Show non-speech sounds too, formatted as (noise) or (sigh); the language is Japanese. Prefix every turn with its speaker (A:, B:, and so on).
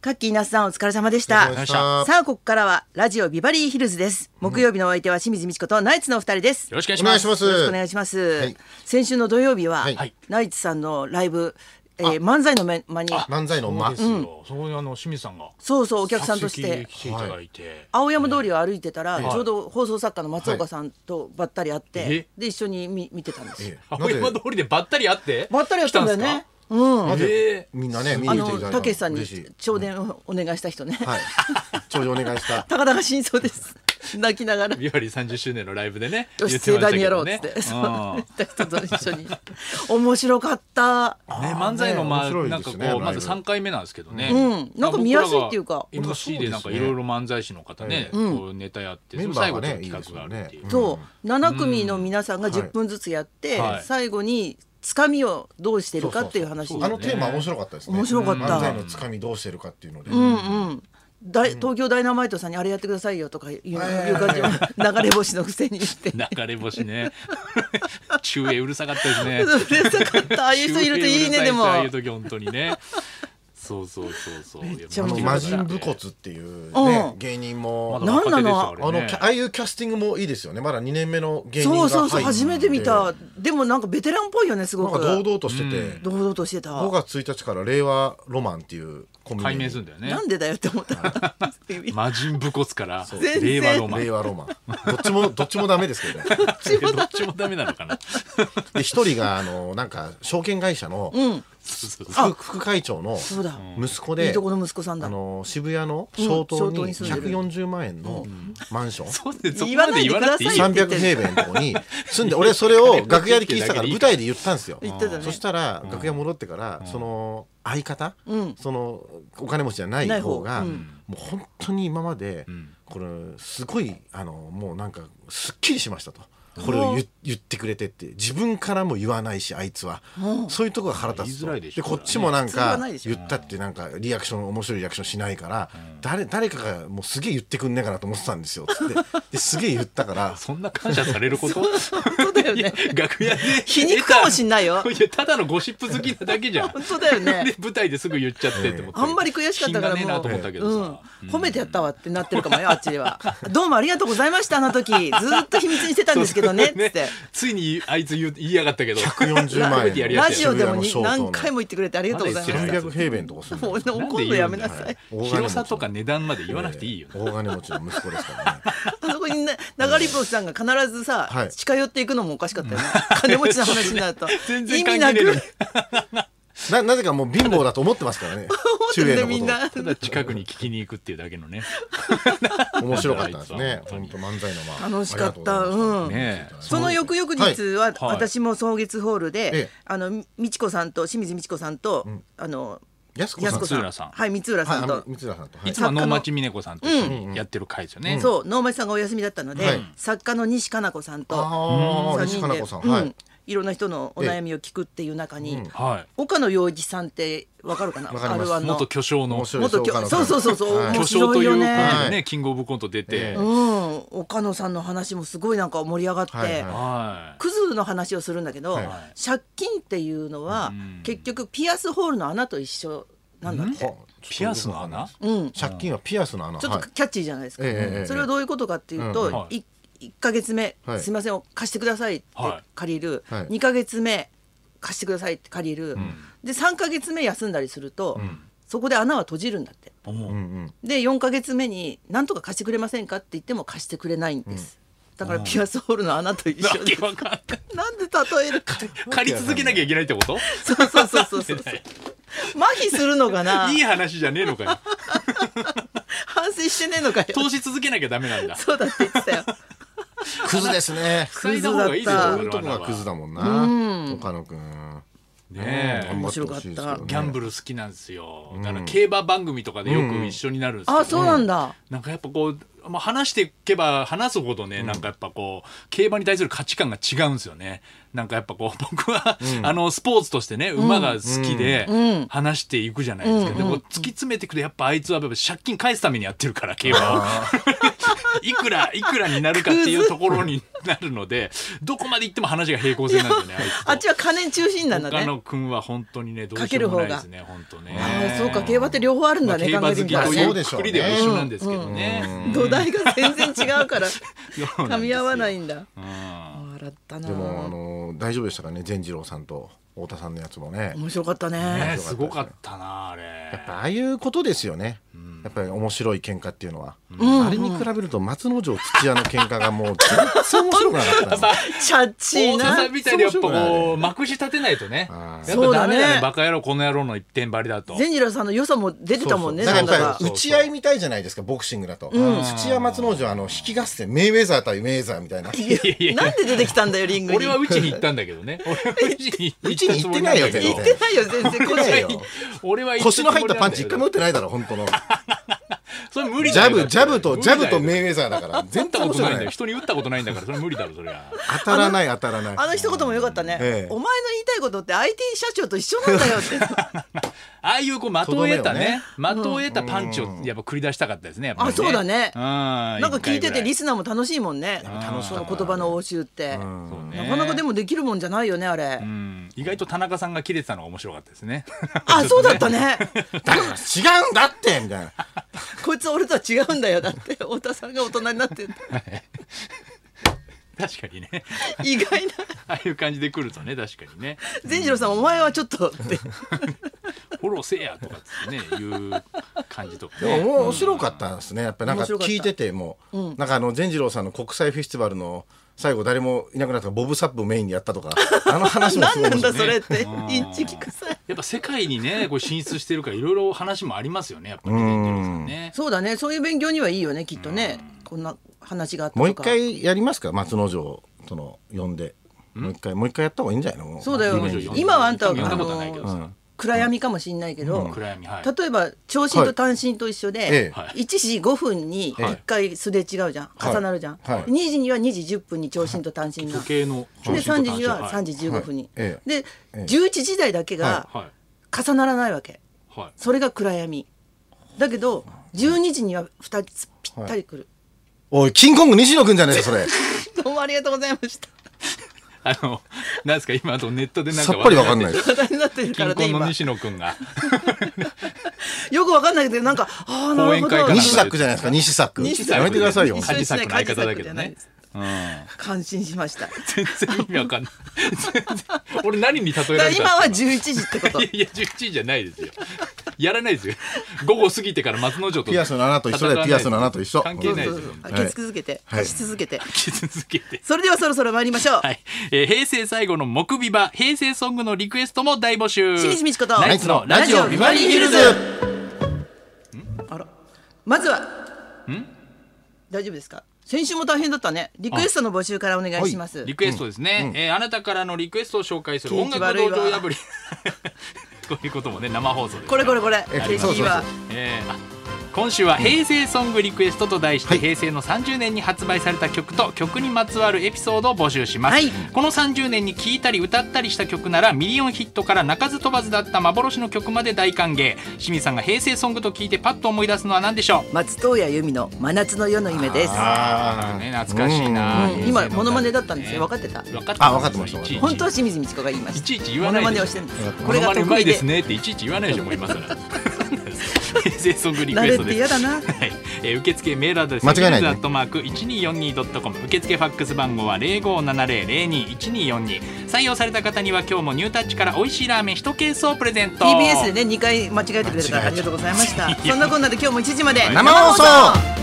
A: カッキー那須さんお疲れ様でし
B: お
A: た
B: 疲れ様でし
A: さ
B: た
A: あここからはラジオビバリーヒルズです木曜日のお相手は清水美智子とナイツのお二人です
B: よろしくお願いし
A: よ
B: ま
A: ろ
B: す
A: しくお願いします、
B: い
A: 先週の土曜日は、
B: はい
A: ナイツさんのライブ、えー漫才のめ間に
B: 漫才の
C: そう
B: 間
C: ですよ。そういうあの清水さんが
A: そうそうお客さんとして
C: 客席へ来ていただいて、
A: 青山通りを歩いてたら、
C: い
A: ちょうど放送作家の松岡さんとばったり会って、
C: え
A: で一緒に見見てたんですよ
B: ええな
C: 青
B: ぜ
C: 山通りでばったり会って、
A: ばったり会ったんだよ
C: 来ん
A: ね
C: す
A: うん
C: か。
B: なぜ
C: え
B: みんなね見
A: あ
B: に来ていただいた
A: のたけしさんに
B: 嬉しい
A: 朝電をお願いした人ね、
B: はい頂上お願い
C: (laughs)
B: した
A: (laughs) 高田が真相です (laughs) 泣きながら
C: ー、ビバリー三十周年のライブでね、
A: よし
C: 言ってま
A: 盛
C: した
A: 大に
C: け
A: やろ
C: ど
A: うっつ
C: ね
A: って、
C: う
A: そ
C: ん
A: う言った人と一緒に (laughs) 面白かった
C: ね漫才の
B: あ
C: 間
B: ーね
C: なんか
B: 面白いです
C: こ
B: ねライ
C: う
B: ブ
C: まず三回目なんですけどね。
A: うんなんか見やすいっていうか
C: 僕らが MC でなんかいろいろ漫才師の方ね、こうネタやって、
B: メ
C: そ
B: ン
C: の
B: バー
C: 最
B: が
C: 後
B: ね
C: の企画があるってい
B: いいうで。すよね
A: そう7組の皆さんが
B: はい
A: 10分ずつやって、
C: はい
A: 最後につかみをどうしてるかっていう話
B: あのテーマ面白かったですね
A: 面白かった
B: 漫才のつかみどうしてるかっていうので
A: うんうんだい東京ダイナマイトさんにあれやってくださいよとかいういう
B: はいはい
A: 感じの流れ星のくせに言って。 (laughs)
C: 流れ星ね、 (laughs) 中英うるさかったです
A: (laughs)
C: ね。
A: 嬉しかったああいう人いるといいねでも
C: ああいう時本当にね。そうそうそうそう。めっ
A: ちゃ
B: あの
A: 面白か
B: 魔
A: った
B: 人武骨っていうね
A: うん
B: 芸人も
A: だなんなの
B: あのああいうキャスティングもいいですよねまだ2年目の芸人
A: そう
B: が入って
A: そうそう初めて見たでもなんかベテランっぽいよねす
B: な
A: ご
B: んか
A: く
B: 堂々としてて
A: 堂々としてた
B: 5月1日から令和ロマンっていうコンビニ
C: 解明するんだよね
A: な。んでだよって思った
C: 魔人武骨から
A: 全然
C: 令和ロマン。
B: 令
C: え
B: 和ロマンどっちもどっちもダメですけどね
C: (laughs) どっちもダメなのかな。
B: で一人があのなんか証券会社の
C: そうそうそう
B: 副副会長の
A: そうだ
B: 息子
A: い
B: で
A: いとこの息子さんだ
B: あの渋谷の
A: う
B: 小
A: ん小
B: 東
A: 東に
B: に
A: 住んでる
B: 140万円のマンション、
C: そうでそこ
A: 言わ
C: ま
A: ない
C: で
A: で
C: 言わなくていい
A: くだ
C: よ
A: さ。
B: 300平米のとこに住んで俺それを楽屋で聞いてたから
C: うん
B: 舞台で言ったんですよ
A: 言ってたね
B: そしたら楽屋戻ってからその相方、
A: うん
B: そのお金持ちじゃない
A: ない方
B: 方が
A: うん
B: もう本当に今まで
C: ん
B: これすごいあのもうなんかすっきりしましたと。これを言言ってくれてって自分からも言わないしあいつはそういうとこが腹立つと
C: 言いづらいでしょ
B: こっちもなん
A: 普通は
B: か
A: ないでしょ
B: 言ったってなんかリアクション面白いリアクションしないから誰誰かがもうすげえ言ってくんねえかなと思ってたんですよつってですげえ言ったから
C: そんな感謝されること
A: 本当だよ
C: (laughs) いや
A: ね
C: 楽屋で
A: 皮肉かもしん
C: ん
A: ないよ
C: いやただのゴシップ好きなだけじゃん
A: 本当だよね
C: で舞台ですぐ言っちゃってって思って
A: あんまり悔しかったから
C: 品がねえ
A: も
C: な
A: う
C: と思ったけ
A: う
C: ど
A: ん
C: さ、
A: 褒めてやったわってなってるかもよあっちでは (laughs) どうもありがとうございましたあの時ずーっと秘密にしてたんですけどねっつ
C: (laughs) そうそう
A: って
C: ついにあいつ言う言いやがったけど
B: 140万
C: 褒めてや
B: 円
C: り
B: の
A: ラ
C: やすい
A: ジオでも
B: 渋谷
A: に
B: の小東の
A: 何回も言ってくれてありがとうございま
C: ま
A: し
C: だ
B: 300平米のとこ住ん
A: たもう
B: で
A: ね
C: なんで言うんだよ
A: 怒るのやめなさい
B: 大金持ちの
C: 広さとか値段まで言わなくていいよ、
B: 大金持ちの息子ですからね
A: あそこにね流れ星さんが必ずさ、
B: はい
A: 近寄っていくのもおかしかったよね金持ちの話になると
C: 全
A: 意
C: 然
A: 味
C: 関
A: な
C: 係ねえのに
A: く (laughs)
B: な (laughs) なぜかもう貧乏だと思ってますか
A: (laughs)
B: らね
A: 思って
B: 中英
A: ね
B: の
A: みんな
B: こ
C: ただ近くに聞きに行くっていうだけのね
B: と面白かったですね
C: 本
B: 本当漫才のまあ
A: 楽しかったうん
C: ねえ
A: その翌々日は
C: はい
A: 私も草月ホールで、
B: ええ
A: あの美智子さんと清水美智子さんと、あの
B: 安子さ
A: 安
B: ん
A: 子
B: は
A: さん
C: 光浦さん
A: はい光浦さん
B: い
A: と、
B: あの光浦さんとはい
C: いつもは能町みね子さんと一緒にやってる回ですよね、
A: そう能町さんがお休みだったので、
B: はい
A: 作家の西加奈子さんと
B: あ
A: 3
B: ー西
A: 人
B: 加
A: で
B: 奈子さん
A: うん
B: はい
A: いろんな人のお悩みを聞くっていう中に、
C: は
A: 岡野陽一さんってわかるかな
B: わかります
A: R1
C: い
A: の
C: 元巨匠の
B: 面白い
A: 元
B: です
A: 巨
B: 岡野さ
A: そうんそうそうそう、
B: はい
A: 面
C: 巨匠と
A: 白い
C: いう
A: よ
C: コンビ
A: ね。
C: でね、
B: はい
C: キングオブコント出て、
B: ええ
A: うん、岡野さんの話もすごいなんか盛り上がって、
B: はいはい
C: はい
A: クズの話をするんだけど、
B: はい
A: 借金っていうのは、
C: うん
A: 結局ピアスホールの穴と一緒なんだって、
B: あ
C: ピアスの穴
A: うん、ち
B: 借金はピアスの穴
A: ょっとキャッチーじゃないですか、
B: ええええええ
A: それはどういうことかっていう
B: うん
A: と、
C: はい
A: い一 1, ヶ月目、
B: はい
A: すいません貸してくださいって
C: はい
A: 借りる、
B: はい
A: 2ヶ月目貸してくださいって借りる、で3ヶ月目休んだりすると、そこで穴は閉じるんだって
C: 思う
B: うんうん
A: で4ヶ月目に「なんとか貸してくれませんか?」って言っても貸してくれないんです、だからピアスホールの穴と一
C: わ
A: 緒で
C: けわかんない
A: なんで例えるか
C: 借り続けなきゃいけないってこと
A: そうそうそうそうそう麻痺するのかない
C: い話じゃねえのかよ
A: 反省してねえのかよ
C: 投資続けなきゃダメなんだ
A: そうだって言ってたよ
B: クズですね
C: 塞いだ方がいいでしょ
A: ク
B: そ
A: ズ
B: ういうとこがクズだもんな岡野くん
C: ねえ
B: 頑張てほしいですけどね
A: 面白かった
C: ギャンブル好きなんですよだから競馬番組とかでよく一緒になるんですけど、
A: あそうなんだ、
C: なんかやっぱこう、まあ、話していけば話すほどね、なんかやっぱこう競馬に対する価値観が違うんですよねなんかやっぱこう (laughs) 僕は、あのスポーツとしてね馬が好きで
A: うん
C: 話して (laughs) いくじゃないですか、でも突き詰めていくとやっぱあいつはやっぱ借金返すためにやってるから競馬はいくらいくらになるかっていうところになるのでどこまで行っても話が平行線なんだよね
A: あっ
C: あいつ
A: ちは金中心なんだ
C: 岡
A: ね
C: 野君は本当にねどうしようもないですね本当ね
A: ああそうか競馬って両方あるん
C: ま
A: だね、
C: あ競馬
A: 考え
C: 好
A: て
C: き
A: み
C: と
A: たら
C: い
A: ね
C: うくくりでは一緒なんですけどね
A: 土台が全然違うから
C: (laughs)
A: 噛
C: 噛
A: み合わない
C: うん
A: んだ
C: あ
A: 笑ったな
B: でもあの大丈夫でしたかね善次郎さんと太田さんのやつもね
A: 面白かったね
C: ーね
B: 面
C: す
B: 白
C: ご
B: か
C: か
B: っ
C: ったなあれ
B: やっぱああいうことですよね、やっぱり面白い喧嘩っていうのは、
A: ん
B: あれに比べると松之丞土屋の喧嘩がもう全然面白くなかった
A: チャッチ
C: 大
A: ー
C: 田
A: な
C: さんみたいにやっぱ
B: そうしょうが
C: こう幕字立てないとね
B: あ
C: や
B: ー
C: っ
A: そ
C: ぱ
A: うだ
C: ダ
A: ね
C: メだねバカ野郎この野郎の一点張りだと
A: ゼニラさんの良さも出てたもんね
B: だ
A: な
B: か
A: ん
B: ら
A: だ
B: やっ
A: か
B: ぱり打ち合いみたいじゃないですかボクシングだと、土屋松之丞あの引き合戦メイウェザー対メイウェザーみたいな
C: いやいやいや
A: なんで出てきたんだよリングに
C: 俺はうちに行ったんだけどね俺はうちに
B: うちに行ってないよ
C: 行ったつもりん
A: 言
C: だけど
A: ってないよ全然こ
B: 行ってない
A: れ
B: よ
C: 俺は行ったつ
B: 腰の
C: もり
B: 入ったパンチ一回
C: なんだよ
B: も打ってないだろ本当の
C: それ無理
B: ジ
C: だ
B: ャ
C: よ
B: ブジャブと
C: 無理
B: ジ
C: だ
B: ャ
C: よ
B: ブとメイウェザーだから
C: 打っ
B: 全
C: た
B: 然面
C: こと
B: 白
C: な
B: く
C: いんだ
B: な
C: よ
B: い
C: 人に打ったことないんだからそれ無理だろそりゃ
B: 当たらない当たらない
A: あの一言も良かったね、
B: ええ
A: お前の言いたいことって IT 社長と一緒なんだよって
B: (laughs)
C: ああいうこう的を得たね
A: めをね
C: 的を得たパンチをやっぱ繰り出したかったですねやっぱり
A: あそうだね
C: うん
A: なんか聞いててリ
C: ス
A: スナーも楽しいもんね
B: 楽し
A: そ
B: か
A: の
B: った
A: 言葉の応酬って、
C: そうね
A: なかなかでもできるもんじゃないよねあれ、
C: うん意外と田中さんが切れてたのが面白かったですね (laughs)
A: あそうだったね
B: だから違うんだってみたいな
A: こいつ俺とは違うんだよだって太田さんが大人になって
C: 確かにね (laughs)
A: 意外な
C: ああいう感じで来るとね確かにね
A: 善次郎さんお前はちょっとって
C: フォローせえやとかっつってねいう感じとか
B: でも
C: ね
B: 面白かったんですねやっぱりなんか
A: 面白かった
B: 聞いてても、なんかあの善次郎さんの国際フェスティバルの最後誰もいなくなったからボブ・サップメインでやっ
A: (laughs)
B: たとかあの話もす
A: 何
B: ご
A: な
B: い面
A: ん
B: 白
A: だ
B: い
A: それって
C: うん
A: インチキ臭い
C: やっぱ世界にねこう進出してるからいろいろ話もありますよねやっぱりね
B: うん
C: デンジロさんね
A: そうだねそういう勉強にはいいよねきっとね、こんな話があったとか
B: もう一回やりますか松之丞との呼んでもう一回もう一回やった方がいいんじゃないのも
A: そうだよ
B: リベンジ
C: リベンジ
A: 今はあんたあ
C: やったことはないけどさ
A: の暗闇かもしんないけど、
C: 暗闇はい
A: 例えば長身と短身と一緒で、
C: はいええ
A: 1時5分に1回すれ違うじゃん、
B: はい
A: 重なるじゃん、
B: はい
A: 2時には2時10分に長身と短身が
C: 時計の
A: で3時には3
C: 時
A: 時15分に、
B: はいえ
A: で11時台だけが
C: はい
A: 重ならないわけ、
C: はい
A: それが暗闇だけど12時には2つぴったりくる、
B: おいキングコング西野くんじゃねえかそ
A: (laughs)
B: れ
A: どうもありがとうございました
C: あのなんですか今あとネットでなんか
B: さっぱりわかんないです
A: 話題になってるか
C: 金
A: らね
C: 婚の
A: 今
C: 西野くんが
A: よくわかんないけどなんかああなるほ
C: 講演会か
A: ど
C: な
B: 西サックじゃないですか西サック
A: 西
B: やめてくださいよ
A: 西
C: カジサックの相方だけどねうん
A: 感心しました
C: 全然意味わかんない全然俺何に例え
A: だからら
C: れたんですか
A: 今は11時ってこと
C: いやいや11時じゃ (laughs) ないですよやらないですよ午後過ぎてから松之丞と
B: ピアスの穴と一緒だよピアスの穴と一緒
C: 関係ないですよ
A: そうそうそう
B: は
A: 受
B: い
A: け続けて、
B: はい
A: し続けて
C: 引き続けて
A: それではそろそろ参りましょう、
C: はい、えー平成最後の木ビバ平成ソングのリクエストも大募集
A: 清水ミチコと
C: ナイツのラジオビバリーヒルズ
A: あらまずは大丈夫ですか先週も大変だったねリクエストの募集からお願いします、
C: リクエストですね、えーあなたからのリクエストを紹介する
A: 景
C: 音
A: 気
C: 楽
A: 悪い
C: 道
A: わ
C: 場破り (laughs) こういうこともね生放送です
A: これこれこれ
B: え
A: 景
B: そう
A: 気
B: そうそう
A: は
C: えーあ今週は平成ソングリクエストと題して、
B: はい
C: 平成の30年に発売された曲と曲にまつわるエピソードを募集します、
A: はい
C: この30年に聴いたり歌ったりした曲ならミリオンヒットから鳴かず飛ばずだった幻の曲まで大歓迎清水さんが平成ソングと聞いてパッと思い出すのは何でしょう
A: 松任谷由実の真夏の夜の夢です
B: あ
C: ね、懐かしいな、
A: うん
C: 平成の
A: 今モノマネだったんですよ分
C: ね
A: かってた
C: 分かって
B: あ分かってました
C: いちいち
A: 本当は清水ミチコが言いました
C: いちいち言わない
A: モノマネ
C: でしょ
A: をしてるんです
C: こ
A: こ
C: れ
A: れ
C: が
A: が
C: うま
A: 得
C: い
A: 意
C: で
A: です
C: ねっていちいち言わないでしょもう今更平成ソングリク
A: 慣
C: エ
A: れ
C: ス
A: っ
C: ト
A: て
C: です
A: 嫌だな
C: はい、 (laughs) えー受付メールアドレス
B: 間違いないね
C: アットマーク一二四二ドットコム。受付ファックス番号は零五七零零二一二四二。採用された方には今日もニュータッチから美味しいラーメン一ケースをプレゼント。 (laughs)
A: TBS でね2回間違えてくれたからありがとうございましたそんなこんなで今日も1時まで
B: 生放送